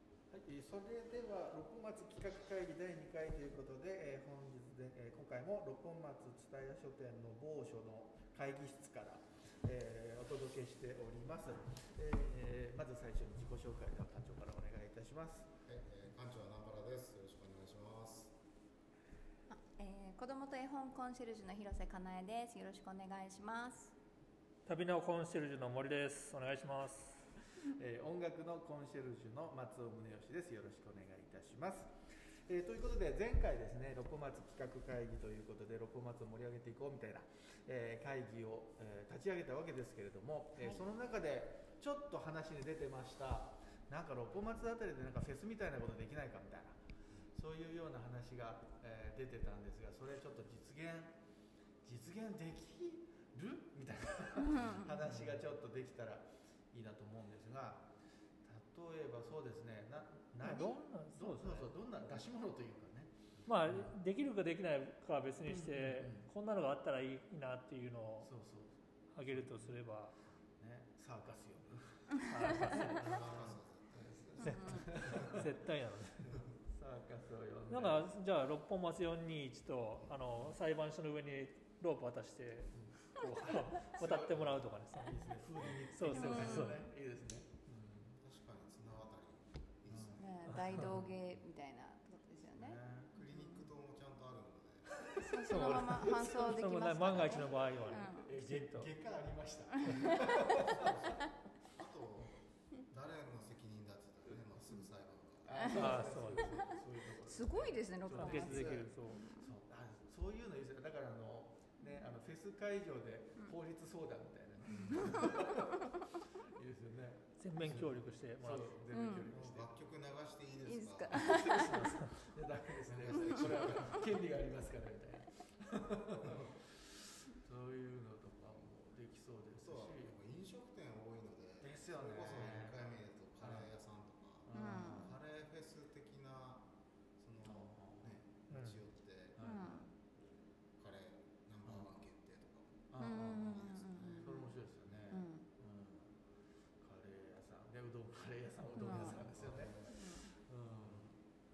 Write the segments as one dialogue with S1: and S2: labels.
S1: それでは六本松企画会議第2回ということで、えー本日で、えー今回も六本松蔦屋書店の某所の会議室から、えーお届けしております、えーまず最初に自己紹介では館長からお願いいたします
S2: はい、えー、館長は南原です。よろしくお願いします。
S3: あえー、子供と絵本コンシェルジュの広瀬かなえです。よろしくお願いします。
S4: 旅のコンシェルジュの森です。お願いします。
S1: えー音楽のコンシェルジュの松尾宗義ですよろしくお願いいたします、えーということで前回ですね六松企画会議ということで六松を盛り上げていこうみたいな、えー会議を、えー立ち上げたわけですけれども、えー
S3: はい
S1: その中でちょっと話に出てましたなんか六松あたりでなんかフェスみたいなことできないかみたいなそういうような話が、えー出てたんですがそれちょっと実現実現できるみたいな話がちょっとできたらいいなと思うんですが例えばそうですねな何
S4: どんな
S1: ど
S4: そうう
S1: そ
S4: です
S1: う
S4: ね
S1: そうどんな出し物というかね
S4: まあ、できるかできないかは別にして、
S1: うんうんうん
S4: こんなのがあったらいいなっていうのを
S1: そうそう
S4: あげるとすれば、
S1: ねサーカスよ
S4: 絶対なのね。
S1: サーカスを呼んで
S4: なんか、じゃあ、六本松421と、あの、裁判所の上にロープ渡して、こう渡ってもらうとかです
S1: いい
S4: ね。
S1: ですね風鈴に
S4: そうそうそう
S1: いいですね
S2: 確かに綱渡りいいですね。
S3: ね大道芸みたいなってことですよ
S1: ね
S3: ね。
S2: クリニック棟もちゃんとあるので、
S3: そうそのまま搬送でき
S4: そ
S3: ますから、
S4: の
S3: ね。
S4: 万が一の場合は、
S3: う
S1: え
S4: きちんと
S1: げ外科ありました
S2: あと誰の責任だって言 ったらね、まあすぐ裁判が。
S4: あーそう
S1: ですねそういうとこ
S3: ん。すごいですね、六
S4: 判
S3: 本
S4: 決で
S3: 松。
S4: きると。
S1: そうあそういうのいいですよだからあの、ね、あのフェス会場で法律相談みたいな、 いいですよね
S4: 全面協力しても
S1: そ
S4: らう
S1: う。全部協力して、
S2: 楽曲流していい
S3: いい
S2: で
S3: ですす
S2: か
S3: か。
S1: いやダメですねこれは権利がありますからみたいなそういうのとかもできそうですし
S2: そう、やっぱ飲食店多いので、
S1: ですよ
S2: そ
S1: ね
S2: れこそ1回目だとカレー屋さんと
S1: う
S2: か、
S1: ん
S3: ん
S2: カレーフェス的なそのね、
S4: うん
S2: 立ち寄って
S3: う
S1: は
S3: ん
S1: い
S2: カレーナンバーワン決定とか。
S1: あ
S3: うんう
S1: あ
S3: んうん
S1: それ面白いですよね、う
S3: う
S1: ん
S3: ん
S1: カレー屋さんでうどんカレー屋さんうどん屋さんですよね、う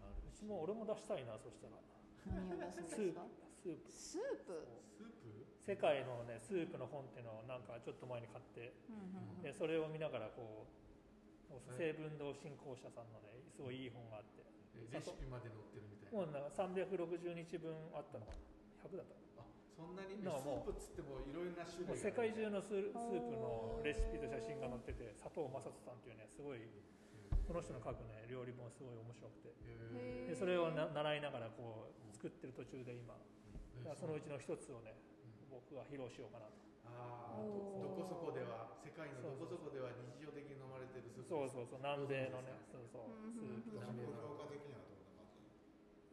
S1: んある
S4: うちも俺も出したいな、そしたら。
S3: 何を出すんで
S4: ス
S3: す
S4: ー
S3: か。
S4: プ、スープ。
S3: スープ。
S1: スープ
S4: 世界のねスープの本っていうのをなんかちょっと前に買って
S3: うんうんうん
S4: でそれを見ながらこう
S1: え
S4: 成分堂振興社さんのねすごいいい本があって
S1: えレシピまで載ってるみたいな
S4: もうなんか360日分あったのかな100だったか
S1: あそんなにス
S4: なんかも
S1: ー
S4: う
S1: プっつってもいろいろな種類が
S4: なもう世界中
S1: の
S4: のスースープのレシピと写真が載ってて佐藤正人さんっていうねすごいこの人の書くね料理本すごい面白くて
S1: へ
S3: へー
S4: でそれをな習いながらこう作ってる途中で今だからそのうち
S1: の
S4: の一つをね僕は披露しようかなと
S1: ああ
S3: お
S1: ど
S3: ー
S1: こそこでは世界のどこそこでは日常的に飲まれてるスープ
S4: そうそうそう南米
S1: ご
S4: の
S1: 存知です
S4: ねそうそう
S3: うんうんうん
S4: ス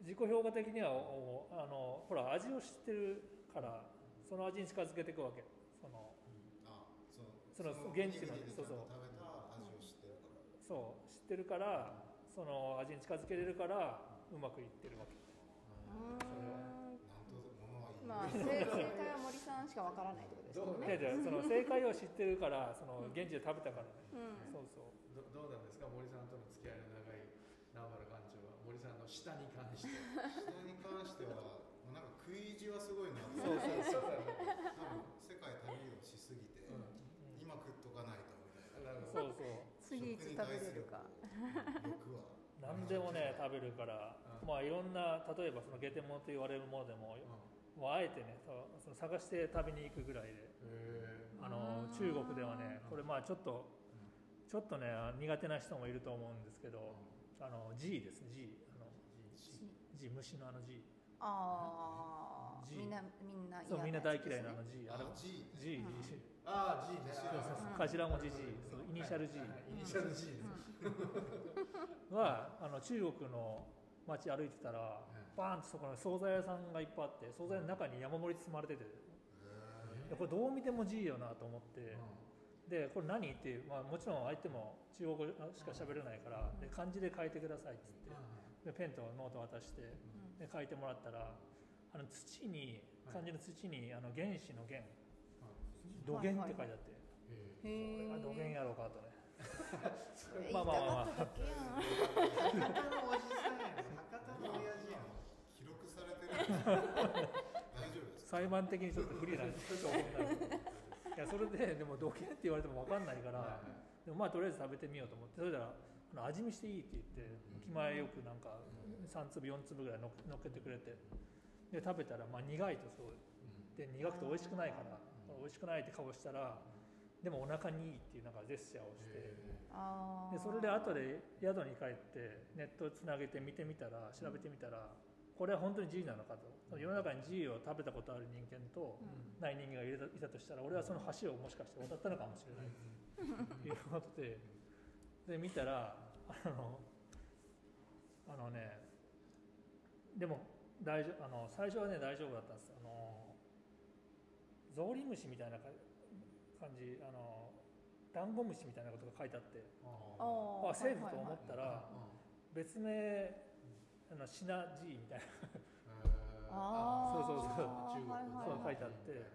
S4: ープ
S2: 自己評価的にはどんな感じ
S4: 自己評価的にはおあのほら味を知ってるからその味に近づけていくわけその
S2: あその
S4: その
S2: お
S4: 現地の
S2: おにぎりで
S4: そうそう
S2: ちゃんと食べた味を知ってるから、
S4: そう知ってるからその味に近づけれるからうまくいってるわけ
S3: うー
S2: な
S3: ん
S2: んとものはいい、
S3: まあ、正正解は森さんしかわからないってことですよ
S1: どう
S3: ね。
S1: ね
S4: ででその正解を知ってるからその現地で食べたからね、
S3: うん
S4: そうそ
S1: どどうなんですか森さんとの付き合いの長い南原館長は森さんの舌に関して
S2: 下に関してはもうなんか食い意地はすごいなと思
S1: そう
S2: って
S1: そうそう
S2: 多分世界旅をしすぎて、今食っとかないとみたいな
S1: なるほど
S4: うそうそう
S3: 次いつ食べれるか。
S2: 食に対するこう欲は
S4: 何でもね食べるから、
S1: うん
S4: まあいろんな例えばそのゲテモノと言われるものでも、もうあえてねそうその探して食べに行くぐらいで
S1: へ
S4: あの中国ではねこれまあちょっと、ちょっとね苦手な人もいると思うんですけど、あの G ですね G あの G 虫のあの G
S3: ああ、
S4: G
S3: みんな、みんな嫌
S4: そうみんな
S3: やつ
S4: 大
S3: ですね
S4: 嫌いなあの G あれ
S2: あ G
S4: G
S1: ああ G ねそうそう
S4: 頭文字 G そうイニシャル G
S1: イニシャル G です、
S4: はあの中国の街歩いてたらバーンとそこの惣菜屋さんがいっぱいあって惣菜の中に山盛り積まれてて でこれどう見ても G よなと思ってでこれ何っていう、まあ、もちろん相手も中国語しか喋れないからで漢字で書いてくださいっつってでペンとノート渡してで書いてもらったらあの土に漢字の土にあの原子の原土
S3: はい
S4: 源
S3: は
S4: っ
S3: い
S4: て書いてあって
S3: へ
S4: これが土源
S3: え。
S4: やろうかとね
S3: 言いた
S4: まあまあま
S3: か
S4: あ
S3: っただけやん。
S1: だから
S4: 裁判的にちょっと不利なん でちょっと思ったんです けどいやそれででもどけって言われても分かんないから、でもまあとりあえず食べてみようと思ってそれたらあの味見していいって言って気前よくなんか3粒4粒ぐらいのっのっけてくれてで食べたらまあ苦いとすごいで苦くて美味しくないから美味しくないって顔したらでもお腹にいいっていうなんかジェスチャーをして
S3: あー
S4: でそれで後で宿に帰ってネットつなげて見てみたら調べてみたらこれは本当に G なのかとその世の中に G を食べたことある人間と
S3: う
S4: ない人間がいたいたとしたら俺はその橋をもしかして渡ったのかもしれない ということでで見たらあのあのねでも大丈夫あの最初はね大丈夫だったんですあのゾウリムシみたいなか感じあのダンゴムシみたいなことが書いてあって
S3: あー
S4: あセーフ
S3: はい
S4: と
S3: はい
S4: 思
S3: はい
S4: ったら別名あのシナジーみたいな
S3: あー
S4: そうそうそう
S3: はいはいはい
S4: そう書いてあって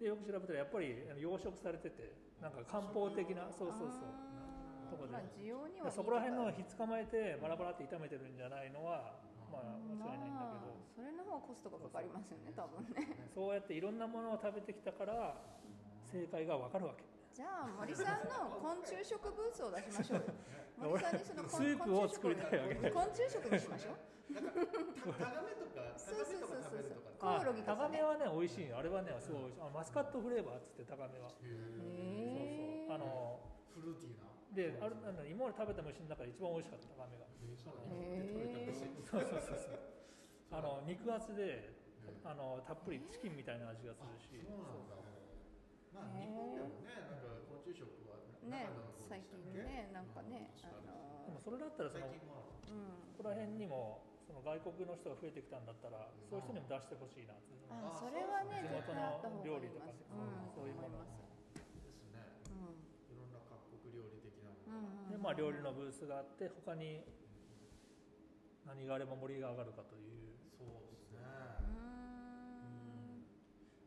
S4: でよく調べたらやっぱりあの養殖されててなんか漢方的なそうそうそう
S3: あー
S4: とこで
S3: まあ需要には
S4: で
S3: いい
S4: そこら辺の
S3: と
S4: を
S3: こ
S4: ひっ捕まえてバラバラって炒めてるんじゃないのはまあ間違いないんだけ
S3: ま
S4: ど
S3: あそれの方がコストがかかりますよね多分ね
S4: そうやっていろんなものを食べてきたから正解がわかるわけ
S3: じゃあ森さんの昆虫食ブースを出しま しょうよ森さんにその
S4: ス
S3: 昆
S4: ープを作りたいわけ
S3: 昆虫食にしましょう
S1: タガメとかタ
S3: そう
S1: ガ
S3: そう
S1: メと
S3: そう
S1: か食
S3: そ
S1: べ
S3: う
S1: る
S3: そう
S1: とかって
S3: コオロギと
S4: タ
S3: か
S4: ガ
S3: ね
S4: メはね美味しいよあれはねすごい美味しいあマスカットフレーバーっつってタガメは
S1: へー
S3: へー
S4: あの
S1: フルーティーな
S4: であるあの今まで食べた虫の中で一番美味しかったタガメが
S3: へー
S4: そうそうそう そうあの肉厚で
S1: あ
S4: あのたっぷりチキンみたいな味がするし
S1: そうなんだまあ日本でもねなんか昆虫食は
S3: ね最近ねなんかねあ
S4: で
S3: の
S4: もそれだったらそ
S1: 最
S4: の
S1: 近も
S3: ーうん
S4: ここら辺にもその外国の人が増えてきたんだったらそういう人にも出してほしいなって
S3: あ
S1: あ
S3: それはね
S1: そう
S3: 絶対あった方がいい
S4: 地
S3: ま
S4: 元の料理
S3: す
S4: とかね
S3: うん
S4: そういうもの
S3: 思います
S1: ですね
S3: う
S1: いろんな各国料理的なも
S3: んう
S1: の
S3: んうん
S4: でまあ料理のブースがあって他に何があれば盛りが上がるかという
S1: そうですね
S3: うーん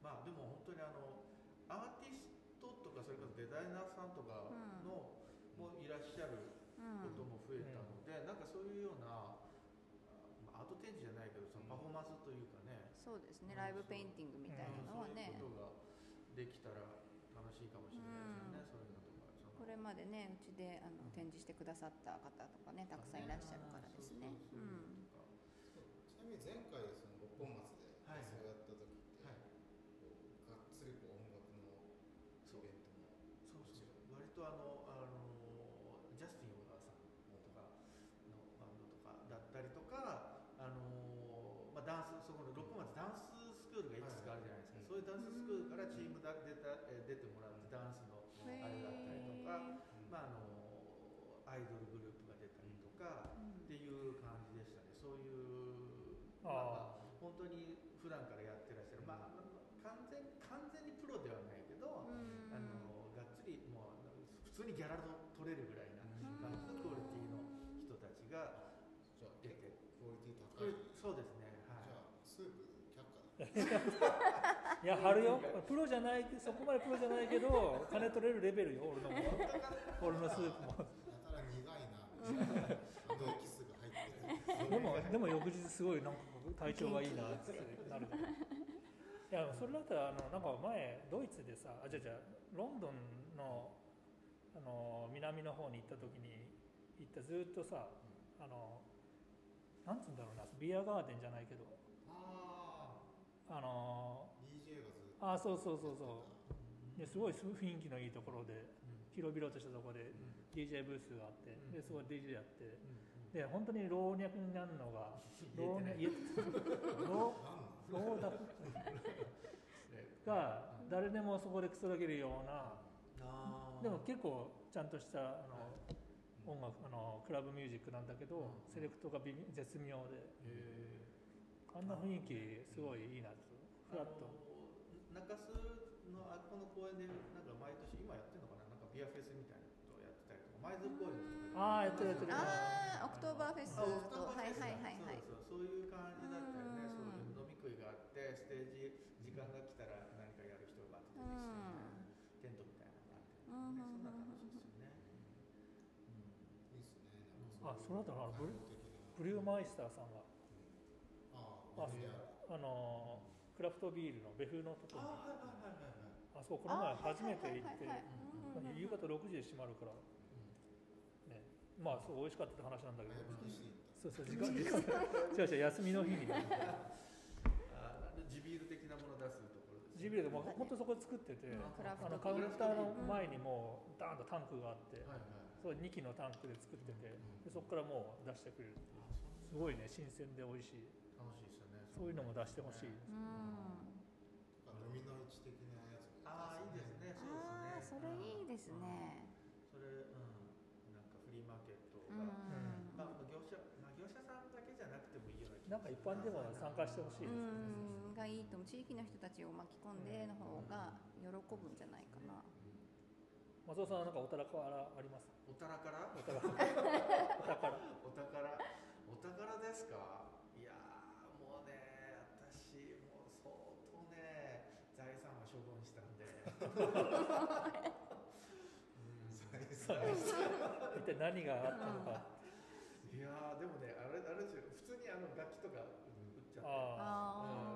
S1: まあでも本当にあのアーティストとかそれからデザイナーさんとかのもいらっしゃる
S3: う
S1: こ
S3: ん
S1: とも増えたので、なんかそういうようなあまあアート展示じゃないけどそのパフォーマンスというかね、
S3: そうですねライブペインティングみたいなのはね
S1: そういうことができたら楽しいかもしれないですよね、そういうのとかその
S3: これまでねうちであの展示してくださった方とかねたくさんいらっしゃるからですね
S1: そううそ
S3: ん
S1: うそう
S5: ちなみに前回その六本松でそうやった時って、
S1: はい
S5: こうがっつりこう音楽のイベントも
S1: そうそう割とあの、あのジャスティン・小川さんとかのバンドとかだったりとか、あのまあ、ダンスそこの六本松ダンススクールがいくつかあるじゃないですか、そういうダンススクールからチームだ出たえ出てもらってダンスの、
S3: へー
S1: あれだったりとかまあ、あのアイドルグループが出たりとか
S3: う
S1: っ
S3: ん
S1: ていう感じでしたねそういう、
S4: あ
S1: まあまあ、本当に普段からやってらっしゃる、まあ、まあ完全完全にプロではないけど、
S3: うん
S1: あのがっつりもう普通にギャラド取れるぐらいな感じのクオリティの人たちが
S5: じゃあ
S1: 出
S5: 結
S1: て
S5: 構クオリティ高
S1: こ
S5: い、
S1: れそうですねは
S5: じ
S1: い
S5: ゃあスープ却下だ
S4: いや張るよプロじゃないそこまでプロじゃないけど金取れるレベルよ俺のも俺のスープも
S5: やたら苦い なあのエキスが入ってる
S4: でもでも翌日すごいなんか体調がいいなってなるからいやそれだったらあのなんか前ドイツでさあじゃじゃロンドンのあの南の方に行った時に行ったずっとさあのなんつうんだろうなビアガーデンじゃないけど
S1: あ
S4: あの
S5: DJ がずっと
S4: あそうそうそうそうですごいすごい雰囲気のいいところで広々としたところで DJ ブースがあってでそこで DJ やってで本当に老若男女が老若言え老
S5: なん
S4: 老若が誰でもそこでくつろげるような
S1: あー
S4: でも結構ちゃんとしたあの音楽あのクラブミュージックなんだけどセレクトが微妙絶妙で
S1: へー
S4: あんな雰囲気すごいいいなとフラッと
S1: あの中洲のあこの公園でなんか毎年今やってるのかななんかビアフェスみたいなことをやってたりとか舞鶴公園ですとか
S4: ああやってるやってる
S3: ああオクトーバーフェスと
S1: あ
S3: はい
S1: オクトーバ
S3: は
S1: ーフ
S3: い
S1: ェスだ
S3: はいはい
S1: そうそうそういう感じだったよねそううんいう飲み食いがあってステージ時間が来たら何かやる人が出てきてテントみたいなのがあってね
S3: うん
S1: そんな楽しいですよね
S5: いいっすね
S4: あその後のあのブル
S5: 的な
S4: ブリューマイスターさんが
S5: ああ
S4: あ
S5: いや
S4: あのクラフトビールのベフのところに
S1: あはいはいはいはい
S4: あそここの前
S3: あはい
S4: 初めて行って
S3: はいはいはいはいうんうんうん
S4: 夕方6時で閉まるから、ね、まあそう美味しかったって話なんだけど
S5: 早くしていった
S4: そうそう時間時 間違う違う休みの日に
S1: あー地ビール的なもの出すところですね
S4: ジビエでもう本当そこで作ってて
S3: うんクラフ
S4: あの
S3: ト
S4: カウン
S3: ビール
S4: ターの前にもうダーンとタンクがあって
S1: はいはい
S4: そう2機のタンクで作っててでそこからもう出してくれるっていうすごいね新鮮で美味しい
S1: 楽しいですよね
S4: そういうのも出してほしい
S3: うん
S5: あ飲みの市的なやつも
S1: ああいいですねそう
S3: ああ
S1: で
S3: ー
S1: す
S3: そ
S1: ね
S3: れいいですね
S1: それうんなんかフリーマーケット
S3: う
S1: が、
S3: ん
S1: まあ、業者、まあ、業者さんだけじゃなくてもいいような気が
S4: なんか一般でも参加してほしいですよ
S3: う
S4: ね
S3: んがいいと思う地域の人たちを巻き込んでの方が喜ぶんじゃないかな
S4: 松尾さんはなんかおたらからあります
S1: お宝から
S4: おたらおたから
S1: お宝お宝ですかいやーもうね私もう相当ね財産は処分したんでうん
S4: 一体何があったのか
S1: いやーでもねあれあれですよ普通にあの楽器とか売っちゃって
S4: あ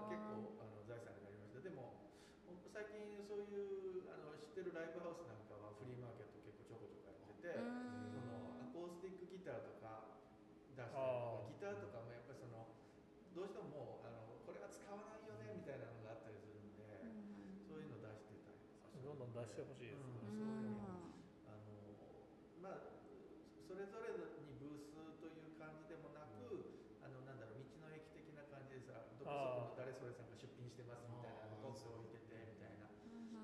S1: うん
S3: あ
S1: 結構あの財産になりましたでもほんと最近そういうあの知ってるライブハウスなんかはフリーマーケット結構ちょこちょこやってて、
S3: う
S1: そのア
S3: ん
S1: コースティックギターとか出したり
S4: あ
S1: とかギ
S4: ー
S1: ターとかもやっぱりそのどうしてももうあのこれは使わないよねみたいなのがあったりするんで、そういうの出してたりとかする
S4: どんどん出してほしいですね
S1: うんそういうのあのまあそれぞれにブースという感じでもなく、あのなんだろう道の駅的な感じでさどこそこの誰それさんが出品してますみたいなの
S5: あー
S1: どんどん置いててみたいな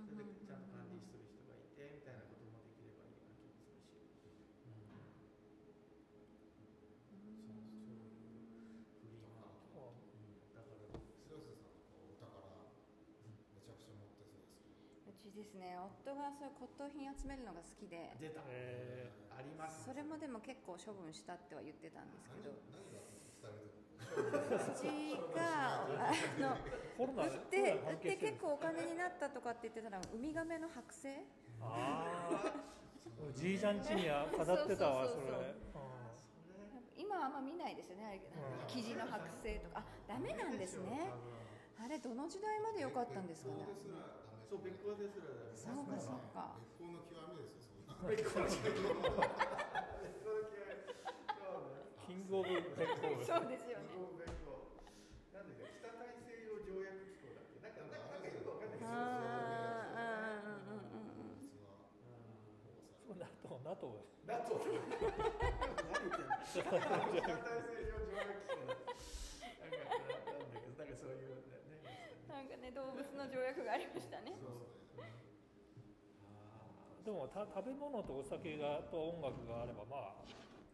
S1: それでちゃんと管理する人がいてみたいなこともできればいいような気もするし、うんフリーマーケットう
S4: あ
S1: んだから
S5: 広瀬さんとかお宝めちゃくちゃ持ってそうですけど
S3: うちですね夫がそういう骨董品集めるのが好きで
S1: 出た、
S4: え
S1: あります
S3: それもでも結構処分したっては言ってたんですけ
S5: 何
S3: ど
S5: が何が伝えるの
S3: 父があの
S4: ーコロナ
S3: 売っ
S4: コロ
S3: て
S4: ナ
S3: 売っ
S4: 関係
S3: て
S4: してるん
S3: 結
S4: ですか
S3: 構お金になったとかって言ってたらウミガメの剥製
S4: ああおじいちゃん家には飾ってたわ
S3: そう
S4: そ
S3: そう
S4: れ
S3: そうそう
S4: う
S1: それ
S3: 今はあんま見ないですよねあれ
S4: うん
S3: 生地の剥製とかあダメなんですねあれどの時代まで良かったんですかね
S5: 別行ですらダメ
S1: そう別行ですらだよ
S5: 別行の
S3: そうかそうか
S5: 極みです
S1: 別行の
S5: よそんな
S1: 極みそうね
S4: んキングオブレコー
S3: そ
S4: ド
S3: うですよ
S1: 向
S3: ね
S1: こう向こうなんでね、北大西洋条約機構だっけなんか、なんかよくわかんないけど
S3: あーあーうんうんうんうん
S5: 実は
S4: そう NATO NATO
S1: だと。何言ってんの北大西洋条約機構だっけなんか、なんだけど、なんかそういうね、ね。
S3: なんかね動物の条約がありましたね
S5: そうですね
S4: でもた食べ物とお酒がと音楽があればまあ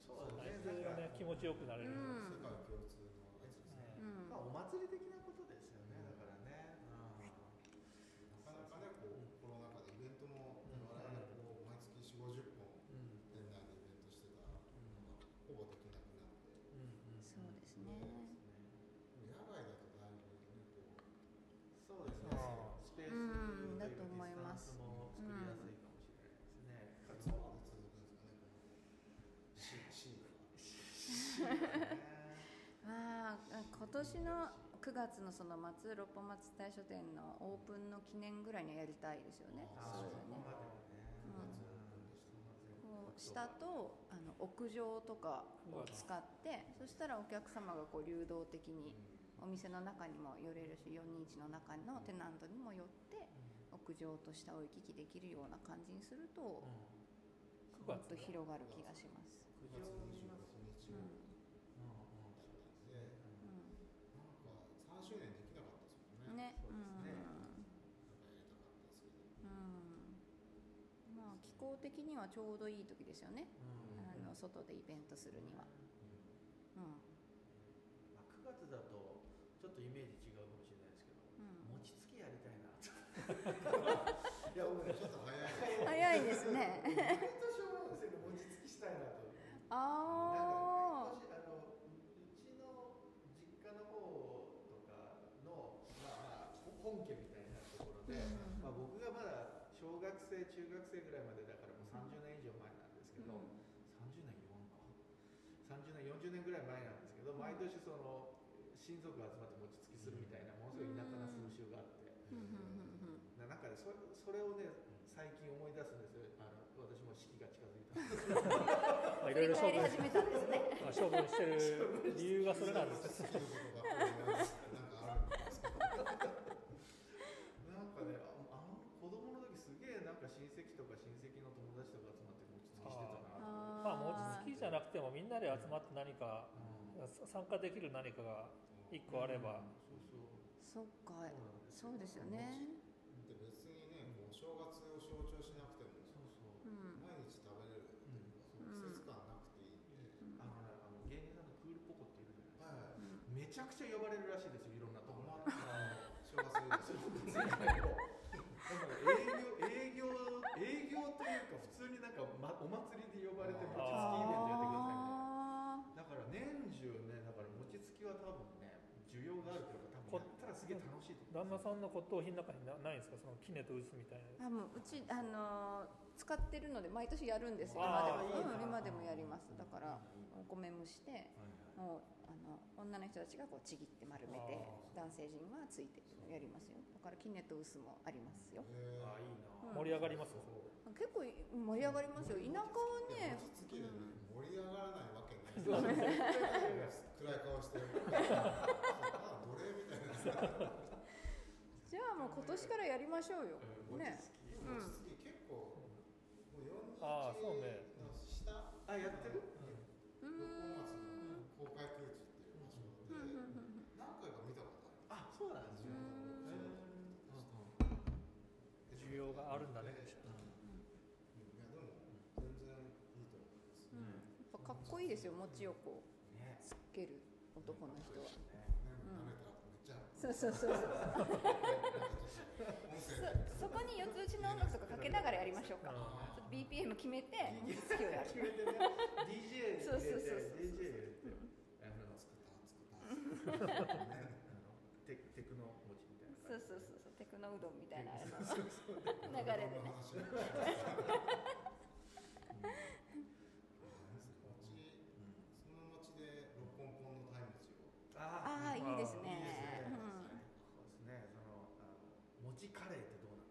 S1: そうだね、
S4: 普通は
S1: なん
S4: ね
S1: か、
S4: 気持ちよくなれ
S3: う
S4: る、うん
S5: 世
S3: ん
S5: 界共通のやつですね
S3: うん
S1: まあ、お祭り的なことですよね、だからね。うん
S5: なかなかねこうコロナ禍でイベントも我々こう毎月4 5 0本
S1: うん、
S5: 店内でイベントしてたのがほぼできなくなって
S1: うん、うん、
S3: そうですね
S5: 野外だとだいぶねこ
S1: そう
S5: う
S1: ですね。スペースというか
S3: だと思います
S1: ディスタンスも作りやすいかもしれないですね。
S5: いつまで続くんですかねこの C C が
S3: まあ今年の9月のその松六本松大書店のオープンの記念ぐらいにはやりたいですよね。
S5: あー
S3: そ
S1: そ
S3: うよ
S1: こ
S3: ね。
S1: まではね。
S3: こう下とあの屋上とかを使って、そしたらお客様がこう流動的にお店の中にも寄れるし、421の中のテナントにも寄って屋上と下を行き来できるような感じにすると、
S4: 9
S3: もっ
S4: 月
S3: と広がる気がします。
S5: 9月26日
S3: うん
S5: をでなんか3周年できなかったです
S3: う
S5: もん
S3: ん
S5: ね
S3: ね、
S1: そうですね
S3: う
S5: なんかやりたかったですけど
S3: んうんまあ気候的にはちょうどいい時ですよね、あの外でイベントするには、うん
S1: 9月だとちょっとイメージ違うかもしれないですけど、
S3: うん、
S1: 餅つきやりたいな。いや、僕
S5: ちょっと早い
S3: 早いですね
S1: 毎年思うんですよね、餅つきしたいなと。
S3: あ
S1: なんかね毎年あのうちの実家の方とかの、まあ、まあほ本家みたいなところで、
S3: うん
S1: まあ、僕がまだ小学生中学生ぐらいまでだからもう30年以上前なんですけ
S3: ー
S1: ど、30年4か30年40年ぐらい前なんですけど毎年その親族が集まって餅つきするみたいなものすごい田舎な風習があって、
S3: うんうんうんうん
S1: ななんかねそれそれをね最近思い出すんですよあの私も式が近づいたんで
S4: まあ、いろ
S3: 振
S4: い
S3: り
S4: ろ
S3: 返り始
S4: 勝負
S3: めたんですね。
S4: まあ、勝負して る理由がそれなんです
S5: 好きなことがなんかあるんですか。
S1: なんかねああの子供の時すげえなんか親戚とか親戚の友達とか集まって餅つきしてたな
S4: まあ餅つ
S3: き
S4: きじゃなくてもみんなで集まって何か
S1: うん
S4: 参加できる何かが一個あれば、
S1: そうそう
S3: そっか
S1: そうなんです
S3: そうですよね。
S5: で別にね、もうお正月を象徴しなくても
S1: そうそう
S3: うん
S5: 毎日食べれるっていうか、
S3: うん
S5: 季節感なくていいんで。
S3: うん
S1: あのねあの芸人さんのクールポコっていうじゃないですか
S5: はい。
S3: う
S1: めちゃくちゃ呼ばれるらしいですよいろん なところで
S5: 正月ですよ。
S1: なんか営業営業営業というか普通になんか、ま、お祭りで呼ばれて餅つきイベントやってくださいみたいな
S3: あ
S1: だから年中ね、だから餅つきは多分ね、需要があるというか、多分やったらすげえ楽しいと思
S4: 旦
S1: う。
S4: 那さんの骨董品の中になないんですかその杵と臼みたいな
S3: ーあもううちあのー使ってるので毎年やるんですよ今
S4: あー
S3: で
S1: いい
S3: も
S1: な
S3: うん今でもやりますだから
S1: は
S3: お米蒸して
S1: いはい
S3: もうあの女の人たちがこうちぎって丸めて
S4: あ
S3: 男性陣はついてやりますよだからキネと薄もありますよ
S5: え
S1: ああ、いい
S3: うん
S1: な。
S4: 盛り上がりますよ、
S3: 結構盛り上がりますよ田舎はね
S5: 餅つきでね、盛り上がらないわけない。
S1: そう
S5: 暗
S1: ですね
S5: い顔してる。あ、奴隷みたいな。
S3: じゃあもう今年からやりましょうよ
S1: うん
S3: ね
S1: 餅つき
S5: 餅つき結構、もう4日
S4: あーそうね
S5: の下、
S1: あ、やってる
S3: うーん
S5: 六本松の公開空地っていう場所
S3: うんうん
S5: で、
S3: うんうん
S5: 何回か見たことある。
S1: あ、そうなんです
S3: う
S1: よ。
S3: ん
S4: 需要があるんだ
S5: い
S4: ね
S5: やでも全然いいと思います。
S3: うんやっぱかっこいいですよ餅をこうつける男の人は
S5: なんか慣れたらめっちゃ
S3: そうそうそうそう
S5: 音声で
S3: そそこに四つ打ちの音楽とかかけながらやりましょうかち
S4: あ
S3: ょっと BPM 決めて餅つきをやる
S1: 決めてね、DJ
S3: そうそうそうそう
S1: 入れて DJ 入れて、あの、
S5: 作った作った。
S1: テテクノ餅みたいな
S3: そう
S1: 感じ。
S3: そうそうそうテクノうどんみたいなあれ
S5: 流
S3: の流れでね
S5: その餅で六本ポンの鯛餅を。
S1: ああ、
S3: ああいいですね
S1: いいですね
S3: うん
S1: そうですね、その、あの餅カレーってどうな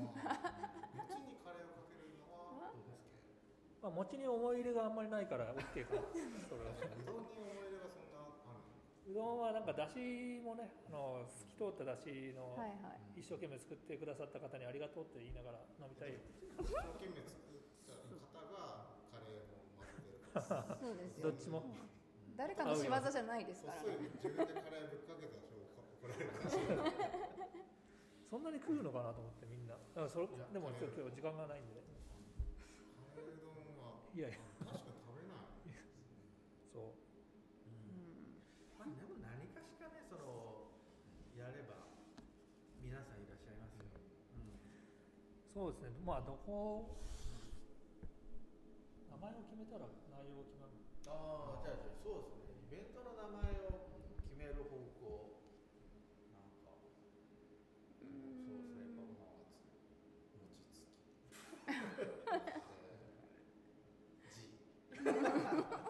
S1: んだとかね。
S5: 餅にカレーをかけるのはどうですか。
S4: まあ、餅に思い入れがあんまりないから OK かなそれは
S5: うどんに思い入れがそんなある。
S4: うどんはなんかだしもねあの透き通っただしの
S3: はいはい
S4: 一生懸命作ってくださった方にありがとうって言いながら飲みたいよ
S5: 一生懸命作った方がカレーを混ぜてるから。
S3: そうです
S4: ど
S3: よ
S4: っちも
S3: 誰かの仕業じゃないです
S5: そ
S3: から
S5: っそ
S3: ね
S5: り自分でカレーぶっかけたらそう怒られるかもしれない。
S4: そんなに食うのかなと思ってみんなだからそれでもちょっと今日時間がないんで
S5: カレーうどんは。
S4: いやいや
S5: 確かに食べない。
S4: そう
S1: うん
S3: うん
S1: まあ、でも何かしらねそのやれば皆さんいらっしゃいますよ、うん
S4: そうですねまあどこ名前を決めたら内容を決まる
S1: ああじゃあじゃあそうですねイベントの名前を決める方向なんかそうですねやっぱまあ
S5: 餅つき。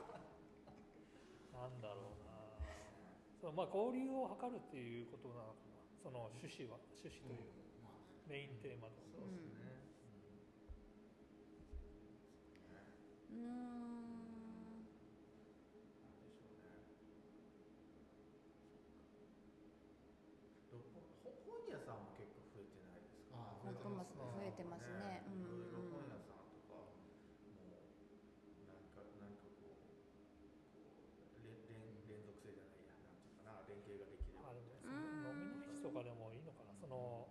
S4: なんだろうなそのまあ交流を図るっていうことなのかなその趣旨は趣旨という
S5: まあね。
S4: メインテーマと、
S1: そうですね、うん
S3: うーん
S1: なんでしょうねどこほ本屋さんも結構増えてないですか
S5: ああ、
S3: 六本松増えてますねうん
S1: いろいろ
S3: うん
S1: 本屋さんとか、もう、なんか、なんかこう。こうれ連、連続性じゃないや、なんていうかな、連携ができれ
S4: あ
S1: ば
S4: で
S1: み
S4: も
S1: たい
S4: その飲みの市とかでもいいのかなその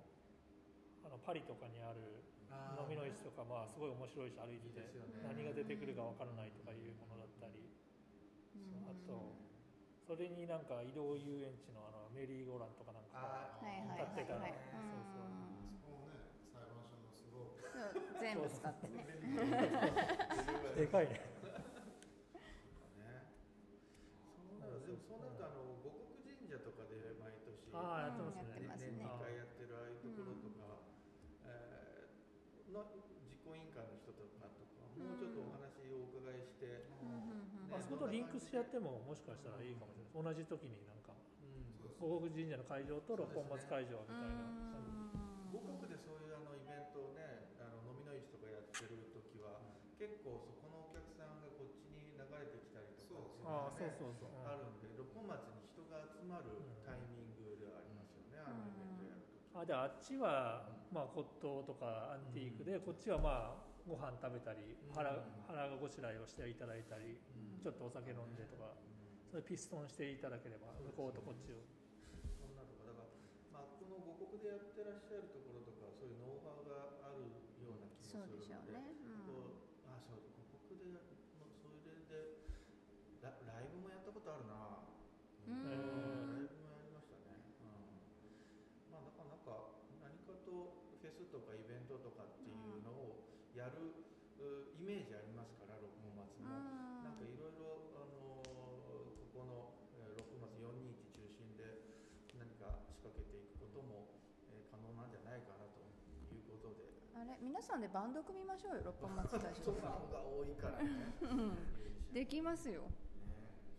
S4: あのパリとかにある
S1: な。
S4: 飲みの
S1: い
S4: 市とかまあすごい面白いし歩いて
S1: いで
S4: て
S1: すよね。
S4: 何が出てくるか分からないとかいうものだったり
S3: うん
S4: あとそれになんか移動遊園地のあのメリーゴーランとかなんか
S1: ああ、
S3: はいはい
S4: 立ってか
S3: はいは
S4: ら
S3: い
S4: ね
S5: そこをね、裁判所のすごい。
S3: うんそう全部使ってね
S4: でかいね
S1: ね。そうなる、でも、そうなると、あの、護国神社とかで、毎年。
S4: ああやってます
S3: うんやって
S4: ね
S3: ます
S1: 年2回やってるああいうところとか、えーの実行委員会の人とかとか、もうちょっとお話をお伺いして、
S3: うん
S1: ね
S3: うんうん
S4: あそことリンクしてやってももしかしたらいいかもしれない同じ時になんか護国神社の会場と六本松会場みたいな、
S1: 五国でそういうあのイベントをねあの飲みの市とかやってる時は、結構そこのお客さんがこっちに流れてきたりとかっていうの
S4: ああ
S1: が
S4: そう
S1: ね
S4: そうそう、う
S1: あ
S4: ん
S1: るんで六本松に人が集まるタイミングではありますよね、あのイベントやるとき、
S4: あであっちは、まあ、骨董とかアンティークで、こっちはまあご飯食べたり腹,、腹ごしらえをしていただいたり、ちょっとお酒飲んでとか、それピストンしていただければ向こうとこっちを、
S1: そんなとかだから、まあ、この五国でやってらっしゃるところとかそういうノウハウがあるような気
S3: そ
S1: も
S3: う
S1: するので
S3: でしょうね、うん、
S1: こうあそう五国でもうそれでラライブもやったことあるな
S3: うん
S1: ライブもやりましたね、うん、まあなかなか何かとフェスとかイベントとかっていうのをやる、うイメージありますから六本松
S3: う
S1: も、
S3: ん
S1: なんかいろいろあのーここの、えー、六本松421中心で何か仕掛けていくことも、えー可能なんじゃないかなということで
S3: あれ皆さんでバンド組みましょうよ六本松大
S1: 人
S3: 将
S1: ファンが多いからねね
S3: できますよ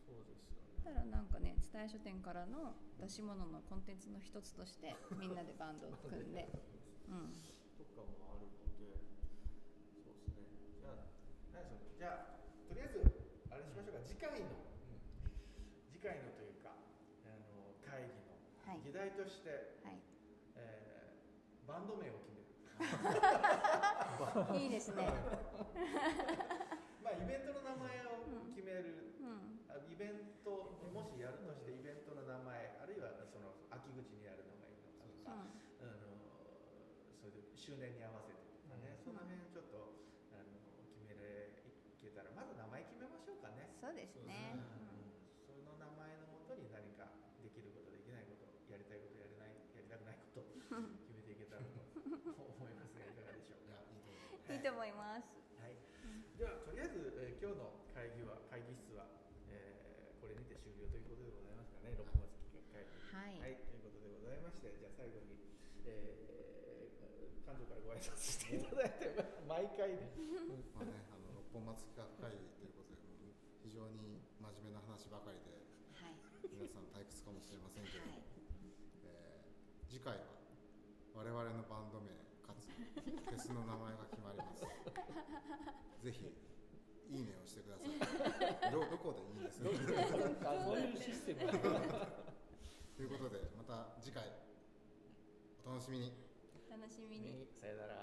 S1: そうですよね
S3: たらなんかね伝え書店からの出し物のコンテンツの一つとしてみんなでバンドを組んで、うん、
S1: とかもあるので、そうですね。じゃあ、何でしょうね。じゃあ、とりあえず、あれしましょうか。次回の、次回のというか、あの会議の
S3: はい
S1: 議題として、
S3: は
S1: えーバンド名を決める。
S3: いいいです ね、
S1: まあ、イベントの名前を決める。
S3: うん、
S1: あイベントもしやるとしてイベントの名前あるいはその秋口にやるのがいいのかと
S3: う
S1: か、
S3: ん
S1: あのそれで周年に合わせてとかね、その辺ちょっとあの決めれいけたらまず名前決めましょうかね、
S3: そうですね
S1: うん、その名前のもとに何かできることできないことやりたいことやれないやりたくないこと 決めていけたらと思いますがいかがでしょうか、
S3: いいと思います
S1: はい、ではとりあえず、えー今日の会議は会議室は、えーこれにて終了ということでございますかね6月企画会議
S3: はい、
S1: はい、ということでございまして、じゃあ最後に、えー、館長からご挨拶していただいて、毎回ね。
S5: まあね、あの六本松企画会議ということで、非常に真面目な話ばかりで、
S3: はい
S5: 皆さん退屈かもしれませんけど、えー次回は我々のバンド名かつフェスの名前が決まります。ぜひいいねをしてください。どどこでいいですね。
S4: あそういうシステム
S5: ということでまた次回お楽しみに。
S3: 楽しみに
S1: さよなら。